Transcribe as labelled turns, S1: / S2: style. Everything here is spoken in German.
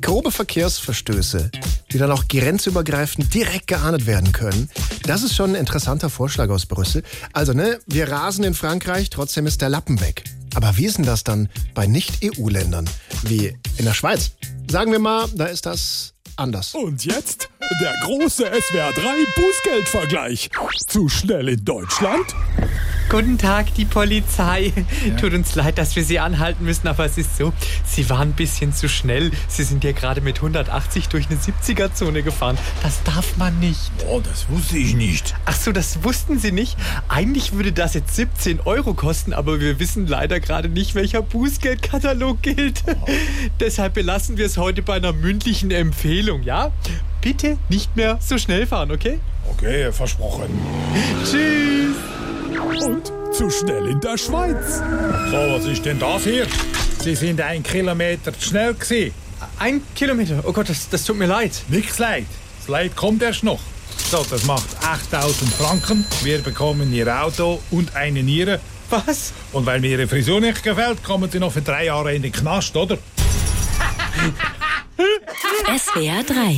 S1: grobe Verkehrsverstöße, die dann auch grenzübergreifend direkt geahndet werden können. Das ist schon ein interessanter Vorschlag aus Brüssel. Also, ne, wir rasen in Frankreich, trotzdem ist der Lappen weg. Aber wie ist denn das dann bei Nicht-EU-Ländern? Wie in der Schweiz? Sagen wir mal, da ist das anders.
S2: Und jetzt der große SWR3 Bußgeldvergleich. Zu schnell in Deutschland?
S3: Guten Tag, die Polizei. Tut uns leid, dass wir Sie anhalten müssen, aber es ist so, Sie waren ein bisschen zu schnell. Sie sind ja gerade mit 180 durch eine 70er-Zone gefahren. Das darf man nicht.
S4: Oh, das wusste ich nicht.
S3: Ach so, das wussten Sie nicht? Eigentlich würde das jetzt 17 Euro kosten, aber wir wissen leider gerade nicht, welcher Bußgeldkatalog gilt. Deshalb belassen wir es heute bei einer mündlichen Empfehlung, ja? Bitte nicht mehr so schnell fahren, okay?
S4: Okay, versprochen.
S3: Tschüss.
S2: Und zu schnell in der Schweiz?
S4: So, was ist denn das hier? Sie sind ein Kilometer zu schnell gewesen.
S3: Ein Kilometer. Oh Gott, das, das tut mir leid.
S4: Nichts leid. Das Leid kommt erst noch. So, das macht 8000 Franken. Wir bekommen Ihr Auto und eine Niere.
S3: Was?
S4: Und weil mir Ihre Frisur nicht gefällt, kommen Sie noch für drei Jahre in den Knast, oder?
S5: SWR 3